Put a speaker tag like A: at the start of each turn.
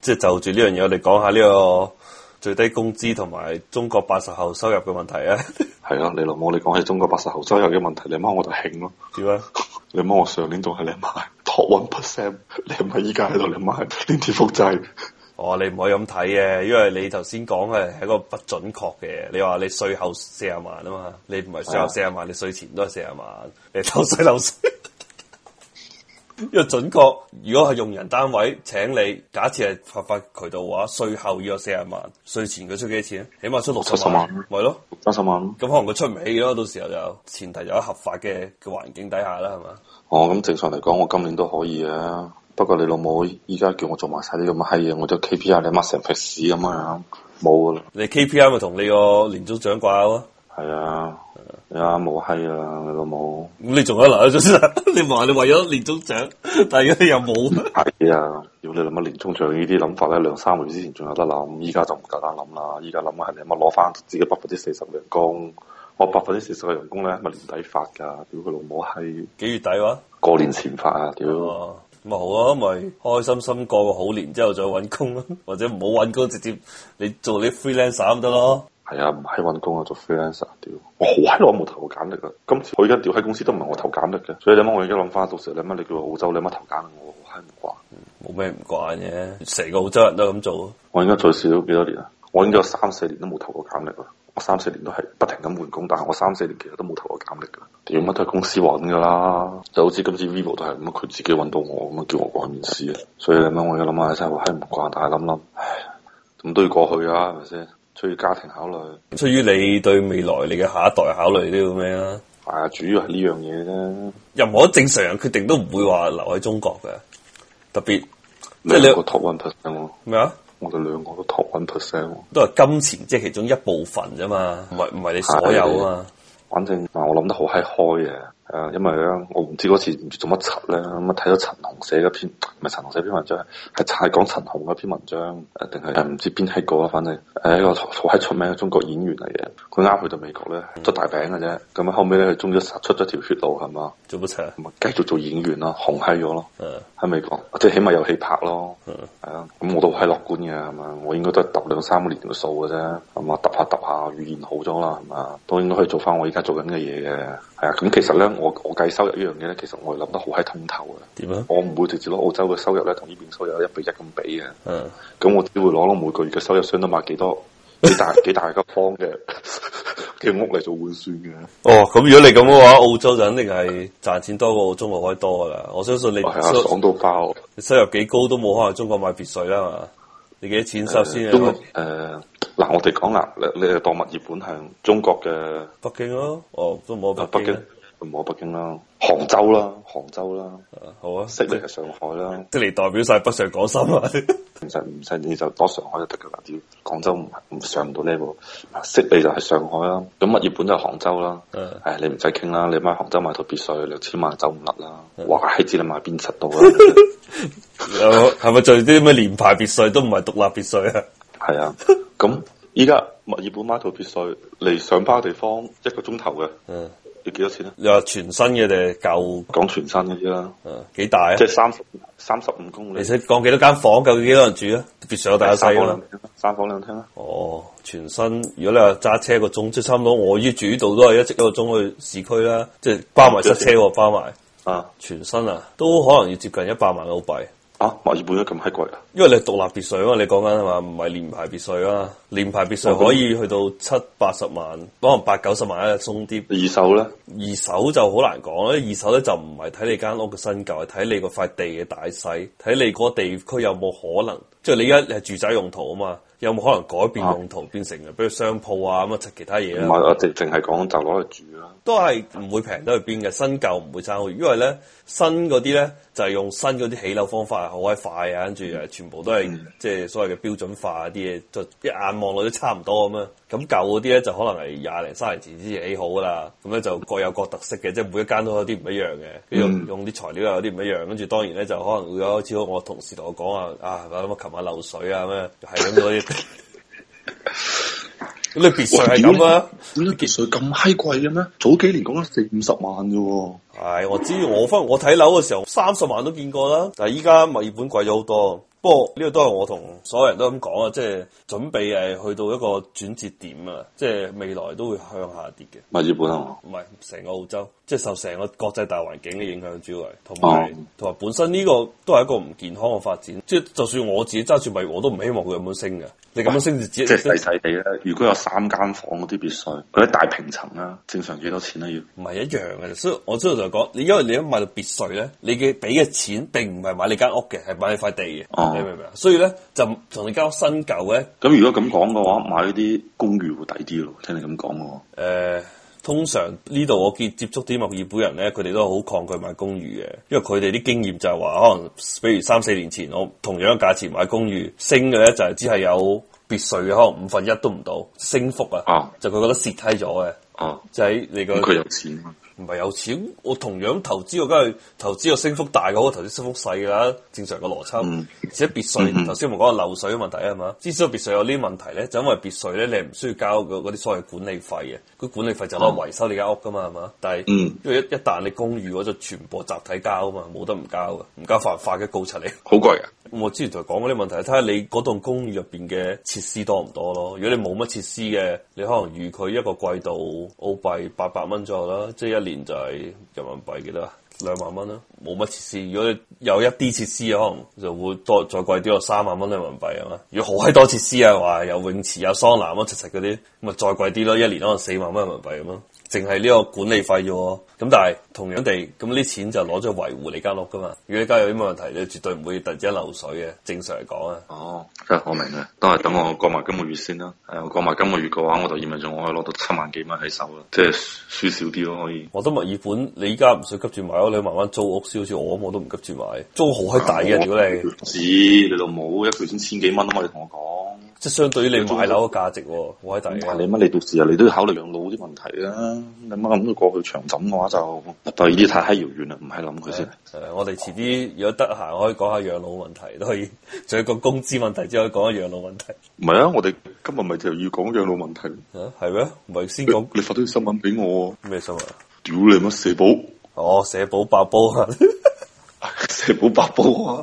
A: 即係就住呢樣嘢，我哋講下呢個最低工資同埋中國八十後收入嘅問題啊？
B: 係啊，你老母你講起中國八十後收入嘅問題，你媽我就興咯。
A: 點啊？
B: 你媽我上年仲係你媽 top one percent，你阿媽依家喺度，你媽 連跌幅制。
A: 哦，你唔可以咁睇嘅，因為你頭先講嘅係一個不準確嘅。你話你稅後四十萬啊嘛，你唔係稅後四十萬，你稅前都係四十萬，你偷稅漏稅。 因為準確，如果係用人單位請你，假設係合法渠道嘅話，稅後要有四十萬，稅前佢出幾多錢？啊起碼出六十萬，
B: 70萬
A: 咪咯。
B: 三十萬咯
A: 咁可能佢出唔起咯，到時候就前提就喺合法嘅嘅環境底下啦，係嘛？
B: 哦，咁正常嚟講，我今年都可以嘅。不過你老母依家叫我做埋晒啲咁嘅閪嘢，我都 KPI 你媽成塊屎咁樣，冇噶啦。
A: 你 KPI 咪同你個年終獎掛鈎啊？
B: 係啊，你阿冇閪啊，你老母。
A: 咁你仲可能留咗先啦？啊 你話你為咗年終獎， 但係而家你又 冇。
B: 係啊，要你諗下年終獎呢啲諗法咧，兩三個月之前仲有得諗，依家就唔夠膽諗啦。依家諗係你乜攞翻自己百分之四十人工，我百分之四十嘅人工咧，咪年底發㗎，屌佢老母閪，
A: 幾月底話？
B: 過年前發啊，屌！
A: 哦，咁咪好咯，咪開心心過個好年之後再揾工咯， 或者唔好揾工，直接你做啲 freelancer 咁得咯。
B: 係啊，唔閪揾工啊，做 freelancer，屌！我好閪耐冇投過簡歷啦，今次我而家屌喺公司都唔係我投簡歷嘅，所以你媽我而家諗翻，到時你媽你叫我澳洲，你媽投簡歷我好閪唔慣。
A: 冇咩唔慣嘅，成個澳洲人都係咁做。
B: 我應該最少幾多年啊？我應該有三四年都冇投過簡歷啦。我三四年都係不停咁換工，但係我三四年其實都冇投過簡歷噶。屌乜都係公司揾噶啦，就好似今次 vivo 都係咁，佢自己揾到我咁啊，叫我過去面試啊。所以你樣我而家諗下真係好閪唔慣，但係諗諗，唉，咁都要過去啊，係咪先？出於家庭考慮，
A: 出於你對未來你嘅下一代考慮呢個咩啊？
B: 係啊，主要係呢樣嘢啫。
A: 任何正常人決定都唔會話留喺中國嘅，特別即係
B: 兩個
A: 你
B: top one percent 喎，
A: 咩啊？
B: 我哋兩個都 top one percent 喎。
A: 都係金錢即係其中一部分啫嘛，唔係唔係你所有啊嘛。
B: 反正啊，我諗得好閪開嘅，誒、呃因為咧，我唔知嗰次唔知做乜柒咧，咁啊睇到陳紅寫嗰篇，唔係陳紅寫篇文章，係係講陳紅嗰篇文章，誒定係誒唔知邊閪個啊，反正誒一個好好閪出名嘅中國演員嚟嘅，佢啱去到美國咧，做大餅嘅啫，咁啊後尾咧佢終於殺出咗條血路係嘛，
A: 做乜柒啊？啊
B: 咁啊繼續做演員啦，紅閪咗咯。
A: 誒，
B: 喺美國，即係起碼有戲拍咯，
A: 嗯
B: 係啊，咁我都好係樂觀嘅，係嘛，我應該都係揼兩三年嘅數嘅啫，係嘛，揼下揼下語言好咗啦，係嘛，都應該可以做翻我而家做緊嘅嘢嘅，係啊，咁其實咧，我我計收入呢樣嘢咧，其實我係諗得好閪通透嘅，
A: 點啊？
B: 我唔會直接攞澳洲嘅收入咧同呢邊收入一比一咁比嘅，
A: 嗯，
B: 咁我只會攞攞每個月嘅收入相當買幾多 幾大幾大嘅方嘅 嘅屋嚟做換算嘅，
A: 哦，咁如果你咁嘅話，澳洲就肯定係賺錢多過中國開多噶啦。我相信你
B: 係啊，
A: 收
B: 爽到爆！
A: 你收入幾高都冇可能中國買別墅啦嘛。你幾多錢首先啊？
B: 中國誒呃嗱，我哋講啦，你你當物業本向中國嘅
A: 北京咯，哦，都冇
B: 啊
A: 北
B: 北
A: 京
B: 京
A: 啊。，
B: 唔好北京啦，杭州啦，杭州啦，
A: 啊好啊，
B: 悉
A: 即
B: 尼係上海啦，
A: 即嚟代表晒北上廣深啊！
B: 唔使唔使你就攞上海就得㗎啦，屌廣州唔唔上唔到 level，啊悉尼就係上海啦，咁物業本就係杭州啦。
A: 嗯
B: 唉，你唔使傾啦，你買杭州買套別墅兩千萬走唔甩啦，
A: 嗯
B: 哇閪知你買邊七度啊 啦，
A: 有係咪就啲咩連排別墅都唔係獨立別墅啊？
B: 係啊，咁依家物業本買套別墅嚟上班嘅地方一個鐘頭嘅，
A: 嗯，
B: 要幾多錢啊？
A: 你話全新嘅定係舊？
B: 講全新嗰啲啦，
A: 嗯，幾大啊
B: 即？係三十三十五公
A: 你
B: 里，
A: 識講幾多間房？究竟幾多人住啊？別墅有大有
B: 三
A: 細
B: 房
A: 㗎啦
B: 兩。廳啦，三房兩廳啦。
A: 哦，全身如果你話揸車個鐘，即係差唔多我依住呢度都係一直一個鐘去市區啦，即係包埋塞車喎，包埋
B: 啊
A: 全身啊，都可能要接近一百萬澳幣，
B: 啊，墨爾本都咁閪貴啊！
A: 因為你係獨立別墅啊嘛，你講緊係嘛，唔係連排別墅啊，連排別墅可以去到七八十萬，可能八九十萬一日鬆啲，
B: 二手咧，
A: 二手就好難講啦，二手咧就唔係睇你間屋嘅新舊，係睇你個塊地嘅大細，睇你嗰個地區有冇可能，即係你而家係住宅用途啊嘛，有冇可能改變用途變成比如商鋪啊咁啊，其他嘢
B: 啊唔
A: 啦，
B: 係我哋淨係講就攞嚟住啦。
A: 都係唔會平得去邊嘅，新舊唔會差好遠，因為咧新嗰啲咧就係、用新嗰啲起樓方法係好閪快啊，跟住誒全部都係、即係所謂嘅標準化啲嘢，就一眼望落都差唔多咁樣。咁舊嗰啲咧就可能係廿零三十年前之前起好噶啦，咁咧就各有各特色嘅，即係每一間都有啲唔一樣嘅，用、
B: 嗯
A: 用啲材料又有啲唔一樣，跟住當然咧就可能會開始好似我同事同我講啊，啊咁啊琴晚漏水啊咩，係咁嗰啲。咁你別墅係咁啊！
B: 點解別墅咁閪貴嘅咩？早幾年講緊四五十萬啫喎。
A: 唉，我知我翻我睇樓嘅時候三十萬都見過啦，但係依家物業本貴咗好多。不過呢個都係我同所有人都咁講啊，即係準備係去到一個轉折點啊，即係未來都會向下跌嘅。
B: 咪日本啊，
A: 唔係成個澳洲，即係受成個國際大環境嘅影響主要係，同埋
B: 哦
A: 同埋本身呢個都係一個唔健康嘅發展。即係就算我自己揸住咪，我都唔希望佢咁樣升嘅。你咁樣升就只
B: 即係細細地咧。如果有三間房嗰啲別墅，佢一大平層啦，正常幾多錢啊咧要？
A: 唔係一樣嘅。所以我之後就講，你因為你一買到別墅咧，你嘅俾嘅錢並唔係買你間屋嘅，係買你塊地嘅。
B: 哦
A: 你明唔明啊？所以咧就同你間屋新舊咧，
B: 咁如果咁講嘅話，買呢啲公寓會抵啲咯。聽你咁講嘅喎，
A: 誒、呃通常呢度我見接觸啲墨爾本人咧，佢哋都好抗拒買公寓嘅，因為佢哋啲經驗就係話，可能比如三四年前我同樣嘅價錢買公寓，升嘅咧就係只係有別墅嘅，可能五分一都唔到升幅啊，
B: 啊
A: 就佢覺得蝕低咗嘅，
B: 哦，
A: 就喺你個
B: 咁佢有錢啊，
A: 唔係有錢，我同樣投資我梗係投資個升幅大嘅，我投資升幅細㗎啦，正常嘅邏輯。
B: 嗯
A: 而且別墅頭先我講個漏水嘅問題係嘛，之所以別墅有呢啲問題咧，就因為別墅咧你係唔需要交嗰嗰啲所謂管理費嘅，佢管理費就攞嚟維修你間屋㗎嘛係嘛，但係、
B: 嗯
A: 因為一一旦你公寓嗰就全部集體交啊嘛，冇得唔交嘅，唔交犯法嘅告柒你。
B: 好貴啊！
A: 我之前就講嗰啲問題，睇下你嗰棟公寓入邊嘅設施多唔多咯。如果你冇乜設施嘅，你可能預佢一個季度澳幣八百蚊左右啦，即係一年就係人民幣幾多啊？兩萬蚊啦，冇乜設施。如果你有一啲設施，可能就會多再貴啲，有三萬蚊人民幣啊嘛。如果好閪多設施啊，話有泳池、有桑拿啊，乜柒柒嗰啲，咁咪再貴啲咯，一年可能四萬蚊人民幣咁咯。淨係呢個管理費啫喎，咁但係同樣地，咁呢錢就攞咗去維護你間屋噶嘛。如果你家有啲咩問題，你絕對唔會突然之間漏水嘅。正常嚟講啊，
B: 哦，即係我明啦，都係等我過埋今個月先啦。係我過埋今個月嘅話，我就意味住我可以攞到七萬幾蚊喺手啦，即係輸少啲咯，可以。
A: 我覺得墨爾本你依家唔使急住買咯，你慢慢租屋先，好似我咁，我都唔急住買，租好閪大嘅，如果你
B: 唔止你老母一個月先千幾蚊啊嘛，你同我
A: 即係相對於你買樓嘅價值喎，好閪大
B: 講。但係
A: 嘅。
B: 你乜你到時啊，你都要考慮養老啲問題啦。你乜諗到過去長枕嘅話就，就呢啲太閪遙遠啦，唔係諗佢先。
A: 誒，我哋遲啲如果得閒可以講下養老問題，都可以。 仲有個工資問題之後，可以講下養老問題。
B: 唔係啊，我哋今日咪就要講養老問題。
A: 啊，係咩？唔係先
B: 你
A: 講
B: 你發啲新聞俾我，
A: 咩 新聞啊？
B: 屌你乜社保，
A: 哦，社保爆煲啊！
B: 社保白保啊！